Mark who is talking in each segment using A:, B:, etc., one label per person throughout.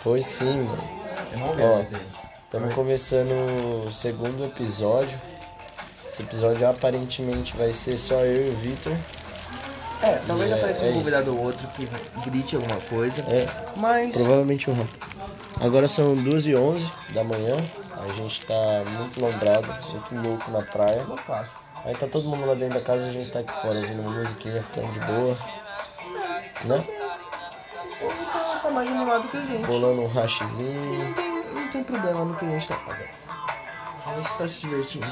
A: Foi sim, mano.
B: Eu não lembro
A: Ó,
B: disso aí.
A: estamos começando o segundo episódio. Esse episódio aparentemente vai ser só eu e o Victor.
B: É, talvez
A: é-
B: apareça
A: é
B: um
A: isso.
B: convidado ou outro que grite alguma coisa.
A: É,
B: Mas.
A: provavelmente o Rampo. Agora são 2 e 11 da manhã. A gente tá muito lombrado, muito louco na praia.
B: Não faço.
A: Aí tá todo mundo lá dentro da casa e a gente tá aqui fora ouvindo uma musiquinha, ficando de boa. Né?
B: O povo tá, tá mais animado que a gente.
A: Bolando um
B: E
A: rachizinho.
B: não tem, não tem problema no que a gente tá fazendo. A gente tá se divertindo.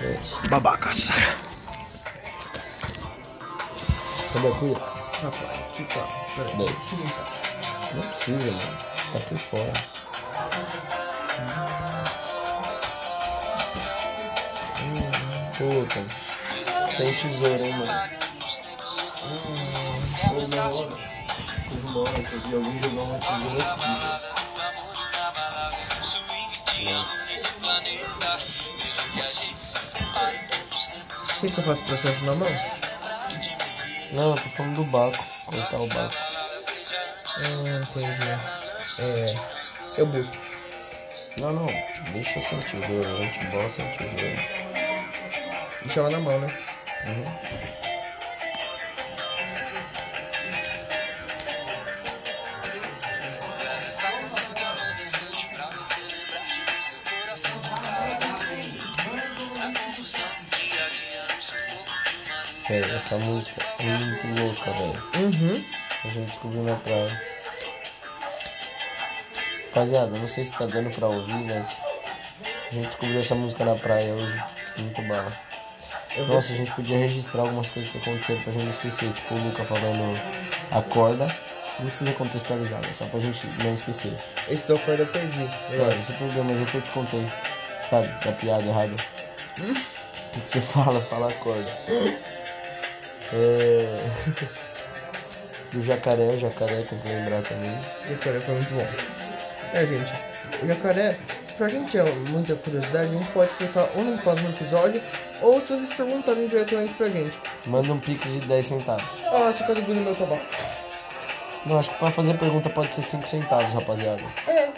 A: É
B: Babacas.
A: Cadê a cuia?
B: Rapaz, que papo. Peraí.
A: Daí.
B: Tipo, Deixa eu limpar.
A: Não precisa, mano. Tá por fora. Hum, Puta. Sem tesoura, hein, mano.
B: Foi uma hora. Foi uma hora que eu vi alguém jogar uma tesoura aqui. Por que, que eu faço processo na mão?
A: Não, eu tô falando do baco. Cortar o baco. Hum,
B: Ah, entendi. É. Eu busco.
A: Não, não. Deixa sem tesoura. A gente bola sem tesoura.
B: Deixa ela na mão, né?
A: Velho, essa música é muito louca, velho.
B: Uhum.
A: A gente descobriu na praia. Rapaziada, eu não sei se tá dando pra ouvir, mas a gente descobriu essa música na praia hoje. Muito bala.
B: Eu vou-
A: Nossa, a gente podia registrar algumas coisas que aconteceram pra gente não esquecer. Tipo, o Luca falando acorda. Não precisa contextualizar, é só pra gente não esquecer.
B: Esse teu acordo eu perdi. Eu
A: Claro, esse problema, mas eu que eu te contei. Sabe, da piada errada. O que, que você fala? Fala acorda. É... Do jacaré, o jacaré tem que lembrar também.
B: O jacaré foi muito bom. É, gente, o jacaré, pra gente é muita curiosidade, a gente pode explicar ou no próximo episódio, ou se vocês perguntarem diretamente pra gente.
A: Manda um pix de 10 centavos.
B: Ah, você conseguiu no meu tabaco.
A: Não, acho que pra fazer pergunta pode ser 5 centavos, rapaziada.
B: É.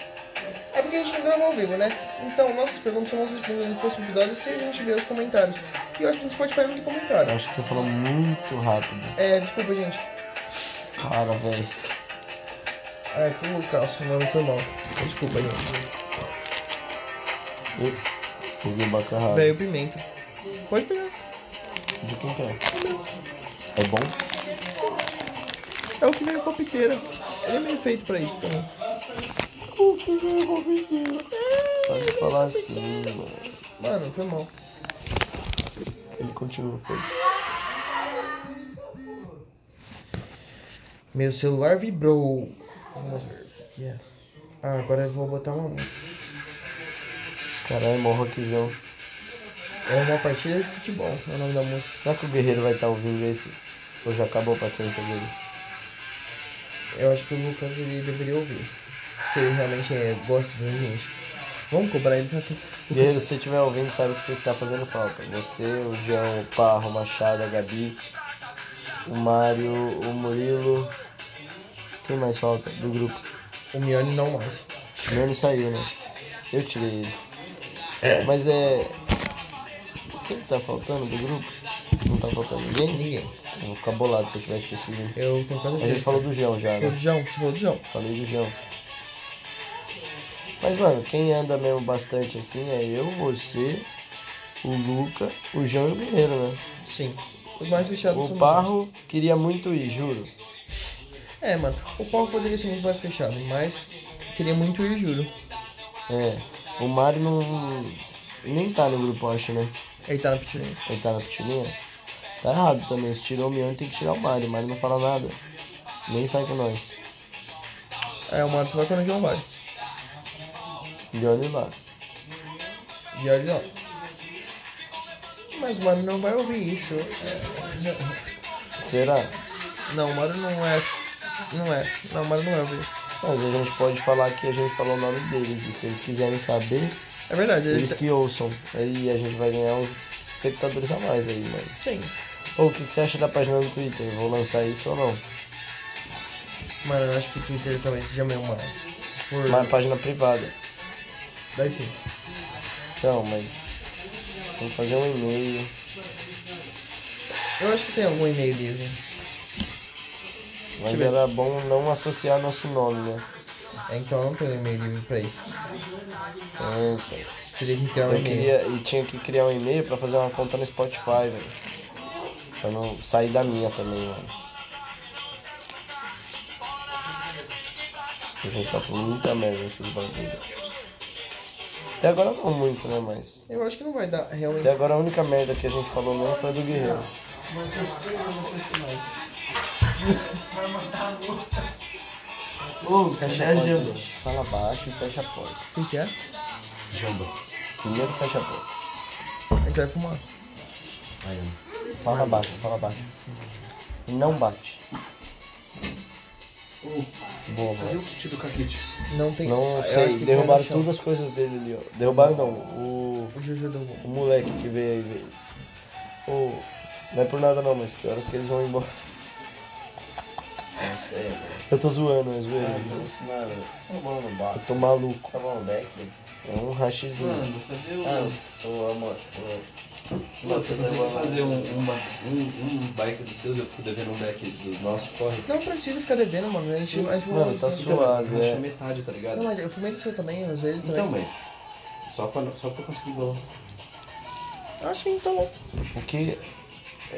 B: É porque a gente não grava ao vivo, né? Então, nossas perguntas são nossas perguntas no próximo episódio se a gente vê os comentários. E eu acho que a gente pode fazer muito
A: Eu
B: comentário.
A: acho que você falou muito rápido.
B: É, desculpa, gente.
A: Cara, velho.
B: É, que o Cássio, mano, foi mal. Desculpa, gente.
A: Eu ouvi um o bacarrado.
B: Velho, pimenta. Pode pegar.
A: De quem que é? É bom?
B: É o que veio com a piteira. Ele é meio feito pra isso também.
A: Pode falar assim, mano.
B: Mano, foi mal.
A: Ele continua, foi.
B: Meu celular vibrou. Vamos ver o que que é. Ah, agora eu vou botar uma música.
A: Caralho, mó rockzão.
B: É uma partida de futebol, é o nome da música.
A: Será que o Guerreiro vai estar ouvindo esse? Ou já acabou a paciência dele?
B: Eu acho que o Lucas ele deveria ouvir. Se ele realmente é, gosta de gente. Vamos cobrar ele tá assim.
A: Guerreiro,
B: Lucas,
A: se você estiver ouvindo, sabe que você está fazendo falta. Você, o João, o Parro, o Machado, a Gabi, o Mário, o Murilo. Quem mais falta do grupo?
B: o Mione não mais.
A: O Mione saiu, né? Eu tirei ele. Mas é. Quem que tá faltando do grupo? Não tá faltando ninguém?
B: Ninguém.
A: Eu vou ficar bolado se eu tiver esquecido. hein?
B: Eu tenho quase
A: A gente falou do João já,
B: Falou
A: né?
B: do João, você falou do João.
A: Falei do João. Mas, mano, quem anda mesmo bastante assim é eu, você, o Luca, o João e o Guerreiro, né?
B: Sim. Os mais fechados
A: O
B: são.
A: Parro queria muito ir, juro.
B: É, mano. O palco poderia ser muito mais fechado, mas queria muito ir, juro.
A: É. O Mário não. Nem tá no grupo, eu acho, né?
B: Ele tá na pitirinha.
A: Ele tá na pitilinha. Tá errado também. Se tirou o Mion, tem que tirar o Mário. O Mário não fala nada. Nem sai com nós.
B: É, o Mário só vai quando o João vai.
A: E olha lá.
B: E olha, ó. Mas o Mário não vai ouvir isso. É,
A: Será?
B: Não, o Mário não é. Não é. Não, o Mário não vai ouvir.
A: Mas a gente pode falar que a gente falou o nome deles. E se eles quiserem saber,
B: É verdade, ele.
A: Eles que ouçam. Aí a gente vai ganhar uns espectadores a mais aí, mano.
B: Sim.
A: Ô, o que, que você acha da página no Twitter? Vou lançar isso ou não?
B: Mano, eu acho que o Twitter talvez seja meio mal. Por...
A: Uma página privada.
B: Daí sim.
A: Então, mas. Tem que fazer um e-mail.
B: Eu acho que tem algum e-mail livre.
A: Mas
B: Deixa eu ver.
A: era bom não associar nosso nome, né?
B: É, então eu não tenho e-mail livre pra isso.
A: É, então.
B: Teria que criar um
A: Eu
B: e-mail.
A: queria. E tinha que criar um e-mail pra fazer uma conta no Spotify, velho. Pra não sair da minha também, mano. A gente tá falando muita merda nesses bagulho. Até agora não muito, né? Mas.
B: Eu acho que não vai dar realmente.
A: Até agora a única merda que a gente falou mesmo foi a do Guerreiro.
B: Ô,
A: Fecha a porta, gente. Fala baixo e fecha a porta.
B: O que é?
C: Jamba.
A: Primeiro fecha a porta.
B: A gente vai fumar.
C: Aí,
A: Fala baixo, fala baixo. E não bate. Boa,
C: Cadê
A: mano.
C: o kit do caquete?
B: Não tem.
A: Não
B: eu
A: sei,
B: acho que
A: derrubaram
B: caiu no
A: todas as
B: chão.
A: coisas dele ali, ó. Derrubaram não, o,
B: O Juju derrubou.
A: o moleque que veio aí, veio. O- não é por nada não, mas que horas que eles vão embora.
D: Não sei, velho.
A: Eu tô zoando, eu
D: Ah,
A: zoeiro.
D: não, isso não, velho. Você tá bom no bar.
A: Eu tô maluco.
D: Tá bom, Beck.
A: É um rachizinho.
E: Mano, cadê o.
D: Ah, os- o amor. o-
E: Pô, você consegue fazer um, um, ba- um, um bike do seu?
D: Eu fico devendo um Beck do nosso corre.
B: Não precisa ficar devendo, mano. A gente, a gente
A: Mano, tá
B: não-
A: suave,
D: Racha
A: é.
D: metade, tá ligado?
B: Não, mas eu fumei do seu também, às vezes.
D: Então,
B: também.
D: mas. Só pra, só pra conseguir bolar.
B: Ah, sim, tá bom.
A: O que...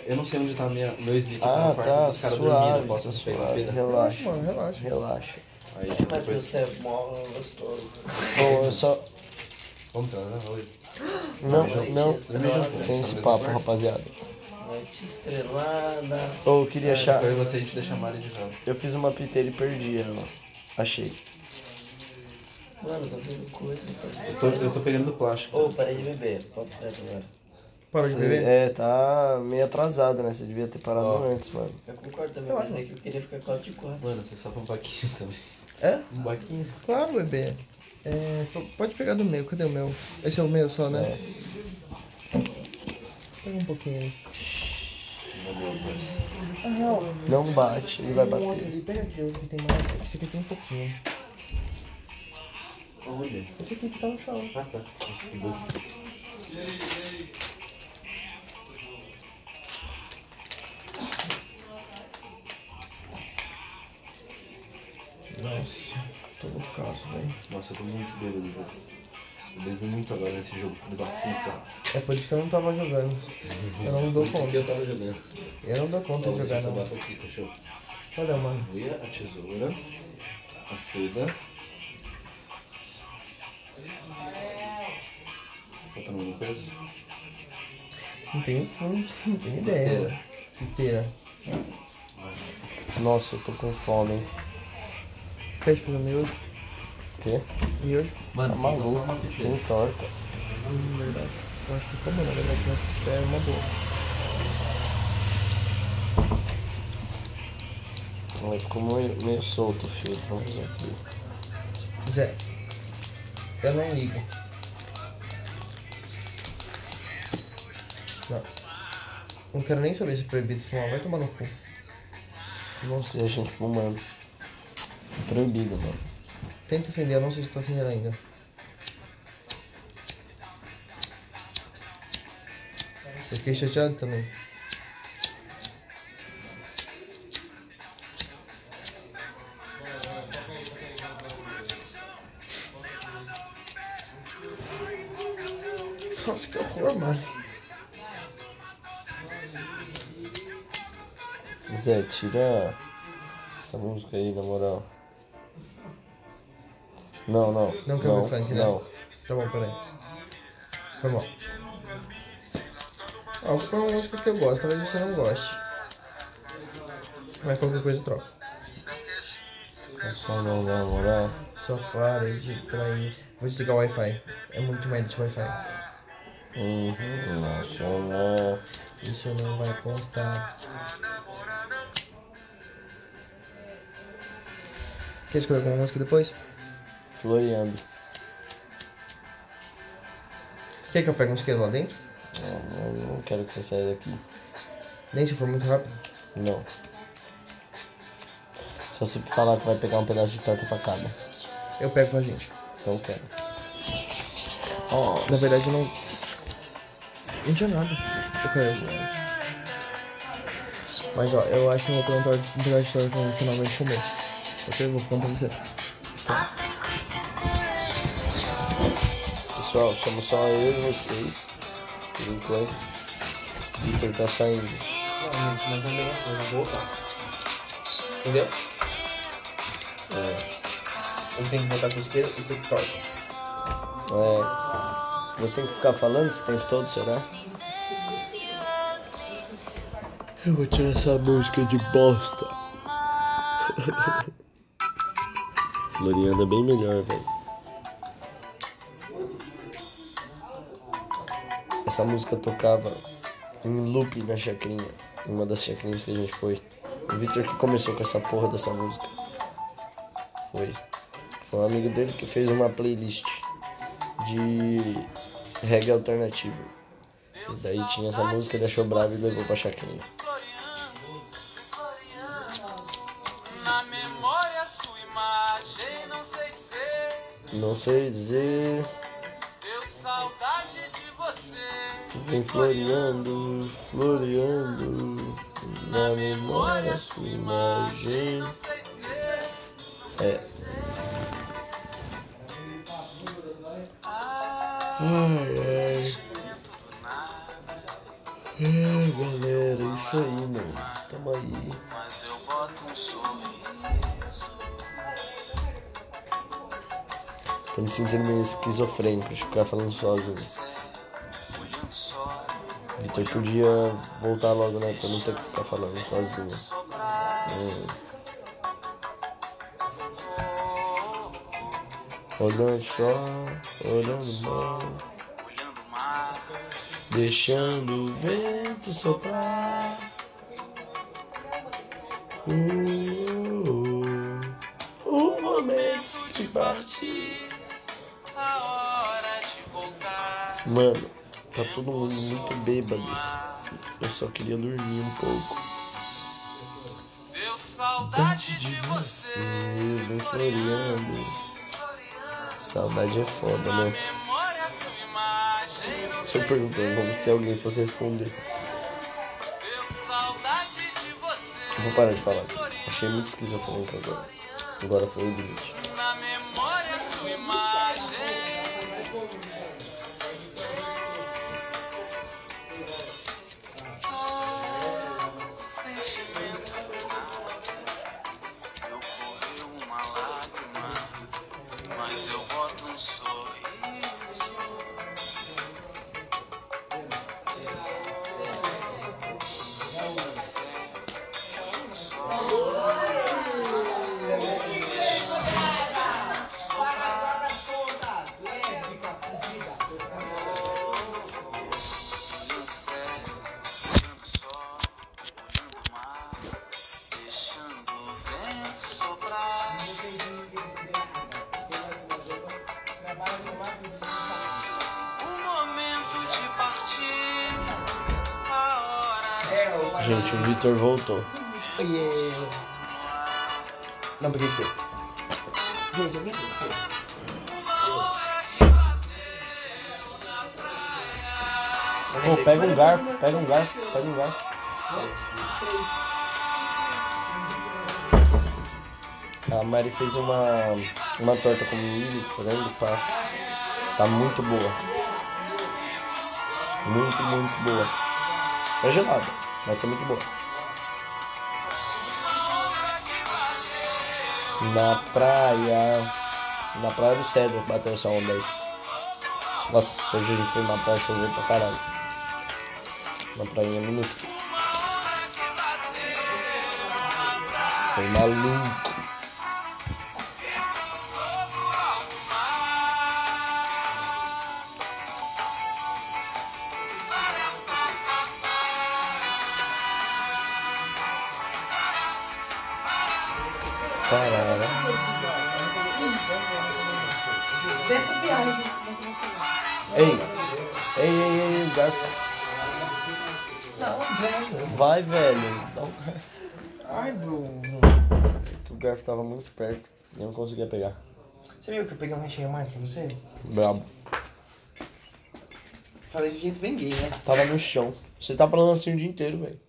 D: Eu não sei onde tá minha, meu sleep.
A: Ah,
D: no quarto,
A: tá
D: os caras dormindo,
A: suave,
D: eu
A: tá
D: boto os pés na
A: suave.
D: vida.
B: Relaxa,
A: Relaxa,
B: Hum, mano, relaxa.
A: relaxa.
D: Aí
E: Mas
D: depois.
E: você é mó gostoso.
A: Bom, eu só...
D: Vamos né? transar hoje.
A: Não,
D: Beijão.
A: não,
D: Beijão.
A: sem esse papo, rapaziada.
E: Noite estrelada.
A: Ou eu queria achar.
D: Eu e você a gente deixa a Mari de volta.
A: Eu fiz uma piteira e perdi ela. Achei.
E: Mano, tô vendo coisa.
D: Eu tô, eu tô pegando do plástico.
E: Ô, parei de beber. Papo reto agora.
B: Para de beber.
A: É, tá meio atrasada, né? Você devia ter parado
D: Ó.
A: antes, mano.
E: Eu concordo também, mas é que eu queria ficar com a de quatro.
D: Mano, você só um baquinho também.
B: É?
D: Um baquinho.
B: Claro, bebê. É, p- pode pegar do meu, cadê o meu? Esse é o meu só, né? Pega um pouquinho aí. Na real,
A: Não bate, ele vai
B: tem um outro
A: bater.
B: ali, pega aquele outro que tem mais. Esse aqui tem um pouquinho.
D: Olha.
B: Esse aqui que tá no chão.
D: Ah, tá.
B: Nossa, tô loucaço, velho.
D: Nossa, eu tô muito bêbado, velho. Eu bebi muito agora nesse jogo, filho da puta.
B: É por isso que eu não tava jogando. Eu não dou
D: Esse aqui
B: conta.
D: eu tava jogando.
B: Eu não dou conta de jogar,
D: Deixa eu
B: não.
D: bater aqui, cachorro.
B: Olha, mano.
D: Olha a tesoura, a seda. Faltando alguma coisa?
B: Não tenho, não, não tenho ideia. Inteira.
A: Nossa, eu tô com fome, hein?
B: Quer fazer Tá miojo?
A: O quê?
B: Miojo?
A: Tá
D: Mano,
A: maluco, tem torta.
B: Hum, verdade. Eu acho que como, na verdade, mas se tiver é uma boa.
A: Aí ficou meio, meio solto o filtro aqui.
B: Zé, eu não ligo. Não. Não quero nem saber se é proibido fumar, vai tomar no cu.
A: Não sei, a gente fumando. Proibido, mano.
B: Tenta acender, eu não sei se tá acendendo ainda. Eu fiquei chateado também. Nossa, que horror, mano.
A: Zé, tira essa música aí, na moral. Não, não.
B: Não quer
A: não,
B: ouvir funk, né?
A: não.
B: Tá bom, peraí. Foi mal. Ó, vou pôr uma música que eu gosto, talvez você não goste. Mas qualquer coisa eu troco.
A: É só não namorar.
B: Só para de trair. Vou desligar o Wi-Fi. É muito mais desse Wi-Fi.
A: Uhum, não, só não.
B: Isso não vai constar. Quer escolher alguma música depois?
A: Floreando.
B: Quer que eu pegue um isqueiro lá dentro?
A: Não, eu não quero que você saia daqui.
B: Nem se for muito rápido.
A: Não. Você você falar que vai pegar um pedaço de torta pra cada.
B: Eu pego pra gente.
A: Então eu quero. Ó,
B: Na verdade, eu não. Não tinha nada. Eu quero. Mas ó, eu acho que eu vou plantar um pedaço de torta que eu finalmente comer. Ok? Vou contar pra você. Tá.
A: pessoal, somos só eu e vocês. Por enquanto. Vitor tá saindo.
E: Não, gente, mas não tem noção, não vou voltar. Entendeu? Eu tenho que voltar com esquerda e com torta.
A: É. Vou ter que ficar falando esse tempo todo, será?
B: Eu vou tirar essa música de bosta.
A: Floriana é bem melhor, velho. Essa música tocava em loop na chacrinha, em uma das chacrinhas que a gente foi. O Victor que começou com essa porra dessa música. Foi. Foi um amigo dele que fez uma playlist de reggae alternativo. E daí tinha essa música, ele achou bravo e levou pra chacrinha.
F: Floriano, Floriano, na memória sua imagem não sei dizer,
A: Não sei dizer,
F: deu saudade de você.
A: vem floreando, floreando, na memória sua imagem.
F: Não sei dizer,
A: É,
F: Ah, sentimento do nada,
A: É, galera, é isso aí, mano. Tamo aí.
F: mas eu boto um sorriso.
A: Tô me sentindo meio esquizofrênico de ficar falando sozinho.
F: Olhando só,
A: Vitor podia voltar logo, né? Pra não ter que ficar falando sozinho. É. Olhando só, olhando mal,
F: olhando o mar,
A: deixando o vento soprar. Uh, uh, uh. O momento de partir.
F: a hora de voltar.
A: Mano, tá todo mundo muito bêbado. Eu só queria dormir um pouco.
F: Deu saudade de você.
A: vem floreando. Saudade é foda, né?
F: Memória sua imagem não
A: Se
F: sei
A: eu perguntei como se alguém fosse responder.
F: Deu saudade de você.
A: Eu vou parar de falar. Achei muito esquizofrênico agora. Agora foi o limite.
F: Na memória sua imagem. Ah, sentimento mal. Eu corri uma lágrima, mas eu boto um sorriso. Olhando céu, olhando sol, olhando mar, deixando o vento soprar. O momento de partir, a hora é
A: Gente, o Vitor voltou.
B: Não, porque isso aqui.
F: uma hora que bateu na praia.
A: Pô, pega um garfo, pega um garfo, pega um garfo. A Mari fez uma, uma torta com milho, frango, pá. Tá muito boa. Muito, muito boa. É gelada, mas tá muito boa. Na praia. Na praia do Cedro bateu essa onda aí. Nossa, hoje a gente foi na praia chover pra caralho. Uma prainha minúscula. Foi maluco. Parará. Ei, ei, ei, ei, o garfo. Não, Vai, velho. Dá um garfo.
B: Ai, Bruno.
A: Que o garfo tava muito perto e eu não conseguia pegar.
B: Você viu que eu peguei uma recheio mais que você?
A: Brabo.
B: Falei de jeito bem gay, né?
A: Tava no chão. Você tá falando assim o dia inteiro, velho.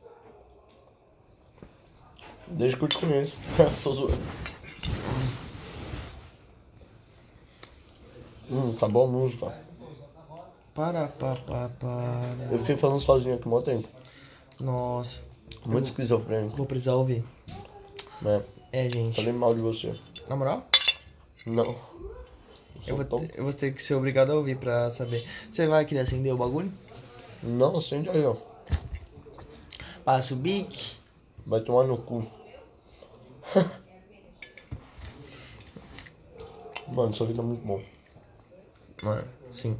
A: Desde que eu te conheço. Tô zoando. Hum, acabou a música.
B: Para, pa, pa, para.
A: Eu fiquei falando sozinho aqui um monte tempo.
B: Nossa,
A: Muito esquizofrênico,
B: vou precisar ouvir.
A: né?
B: É, gente.
A: Falei mal de você.
B: Na moral,
A: Não.
B: eu
A: Sou
B: vou,
A: tão-
B: ter, eu vou ter que ser obrigado a ouvir pra saber. Você vai querer acender o bagulho?
A: Não, acende aí, ó.
B: Passa o bique.
A: Vai tomar no cu. Mano, isso aqui tá muito bom.
B: Mano, sim.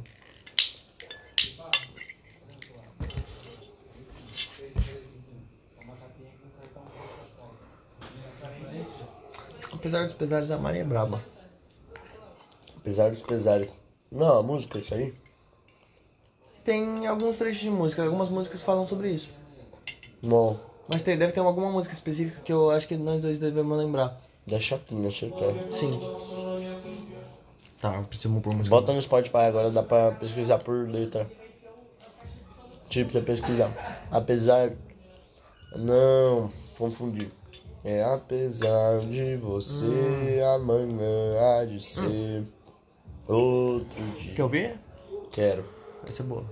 B: Apesar dos pesares, a Maria é braba.
A: Apesar dos pesares. Não, a música, é isso aí.
B: Tem alguns trechos de música, algumas músicas falam sobre isso.
A: Não.
B: Mas tem, deve ter alguma música específica que eu acho que nós dois devemos lembrar.
A: Da né, chatinha, certeza.
B: Sim. Tá, eu preciso pôr música.
A: Bota no Spotify agora, dá pra pesquisar por letra. Tipo, você pesquisar. Apesar. Não, confundi. É apesar de você, amanhã há de ser outro dia.
B: Quer ouvir?
A: Quero.
B: Vai ser boa.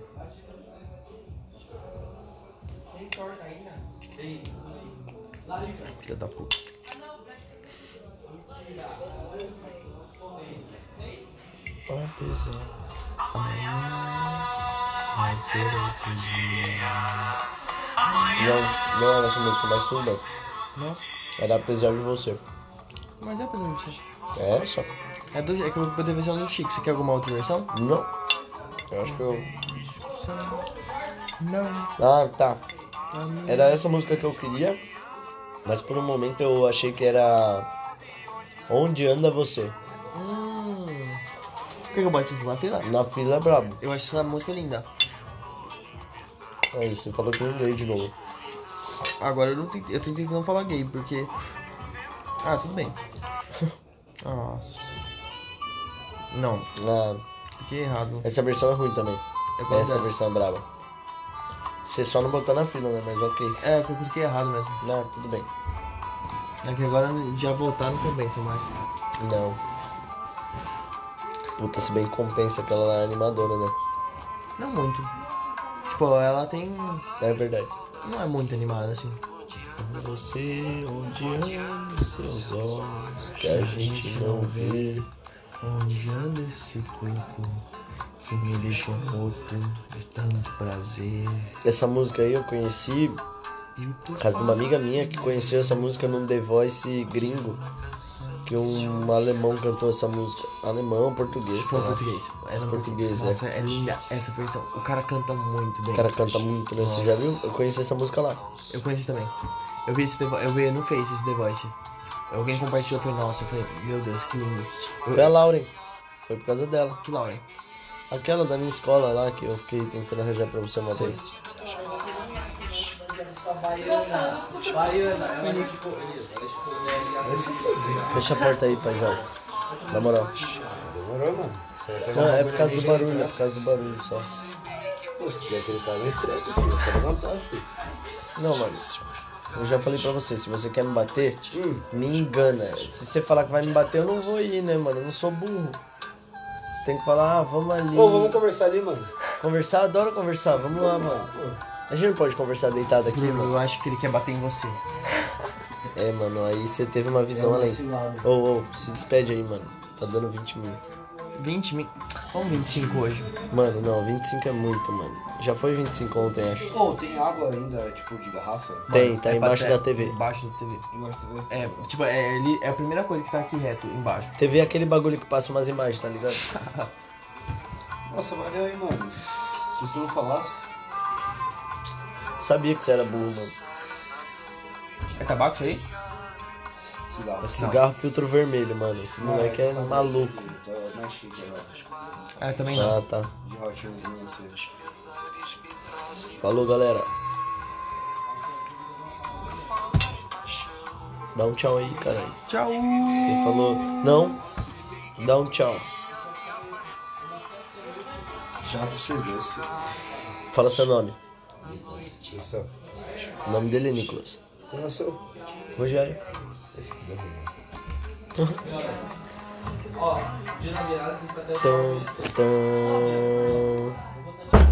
B: Filha da puta.
A: Não, não era essa música, mas tudo bem.
B: Não?
A: Era apesar de você.
B: Mas é pra gente.
A: É essa?
B: É, do, é que eu vou poder versão do Chico. Você quer alguma outra versão?
A: Não. Eu acho que eu.
B: Não.
A: Ah, tá. Era essa música que eu queria, mas por um momento eu achei que era Onde anda você?
B: Hum. Quer que eu bote isso na fila?
A: Na fila brabo.
B: Eu acho essa música linda.
A: É isso, você falou que eu inglês de novo.
B: Agora eu, não tentei, eu tentei não falar gay, porque. Ah, tudo bem. Nossa. Não,
A: Ah,
B: fiquei errado.
A: essa versão é ruim também.
B: Eu gosto
A: Essa
B: dessa.
A: versão é braba. Você só não botou na fila, né? Mas ok.
B: É, porque eu cliquei errado mesmo.
A: Não, tudo bem.
B: É que agora já voltaram também, mais.
A: Não. Puta, se bem que compensa aquela lá animadora, né?
B: Não muito. Tipo, ela tem.
A: É verdade.
B: Não é muito animada assim.
A: Você, onde andam os seus olhos que a gente não vê?
B: Onde anda esse corpo que me deixou morto de tanto prazer?
A: Essa música aí eu conheci
B: E
A: por
B: por
A: causa de uma amiga minha que conheceu essa música num The Voice gringo. Que um alemão cantou essa música. Alemão, português, sei
B: Foi em
A: lá.
B: português. Era em
A: Português, é.
B: Nossa, é. linda essa versão. O cara canta muito bem.
A: O cara canta muito, né? Você já viu? Eu conheci essa música lá.
B: Eu conheci também. Eu vi, esse The Vo- eu vi no Face esse The Voice. Alguém compartilhou, eu falei, nossa, eu falei, meu Deus, que lindo. Eu-
A: Foi a Lauren. Foi por causa dela.
B: que Lauren.
A: Aquela da minha escola lá que eu fiquei tentando arranjar pra você uma vez.
E: Baiana, ela ficou.
A: Fecha a porta aí, paizão. Na moral.
C: Demorou, mano. Você vai pegar
A: Não,
C: uma
A: é por causa do
C: agulha ali,
A: barulho, é
C: né?
A: por causa do barulho só.
C: Pô, se quiser gritar na estreia, filho, é só levantar, filho.
A: Não, mano. Eu já falei pra você, se você quer me bater, me engana. Se você falar que vai me bater, eu não vou ir, né, mano? Eu não sou burro. Você tem que falar, ah, vamos ali.
C: Pô, vamos conversar ali, mano.
A: Conversar, eu adoro conversar, vamos lá, mano. A gente não pode conversar deitado aqui,
B: Bruno,
A: mano.
B: eu acho que ele quer bater em você.
A: É, mano, aí você teve uma visão além. Ô, ô, se despede aí, mano. Tá dando 20 mil.
B: 20 mil. Vamos 25 hoje.
A: Mano, não, 25 é muito, mano. Já foi 25 ontem, acho.
D: Pô, tem água ainda, tipo, de garrafa?
A: Tem, tá
B: É
A: embaixo
B: bater-
A: da TV.
B: Embaixo da TV.
D: Embaixo da TV?
B: É, tipo, é, ele, é a primeira coisa que tá aqui reto, embaixo.
A: TV é aquele bagulho que passa umas imagens, tá ligado?
D: Nossa, valeu aí, mano. Se você não falasse...
A: Sabia que você era burro, mano.
B: É tabaco isso aí?
D: Cigarro.
A: É cigarro filtro vermelho, mano. Esse moleque é
D: sabe,
A: maluco.
D: esse aqui, Tá mais chique agora.
B: Ah, também não.
A: Ah, tá.
D: De Hot Wheels, não sei.
A: Falou, galera. Dá um tchau aí, caralho.
B: Tchau!
A: Você falou. Não. Dá um tchau.
D: Já pra vocês dois, filho.
A: Fala seu nome.
C: Eu sou.
A: O nome dele é Nicolas.
C: Eu sou.
A: Rogério.
C: Esse filho da mãe.
E: Ó, dia na virada tem que saber.
A: Tão, tão.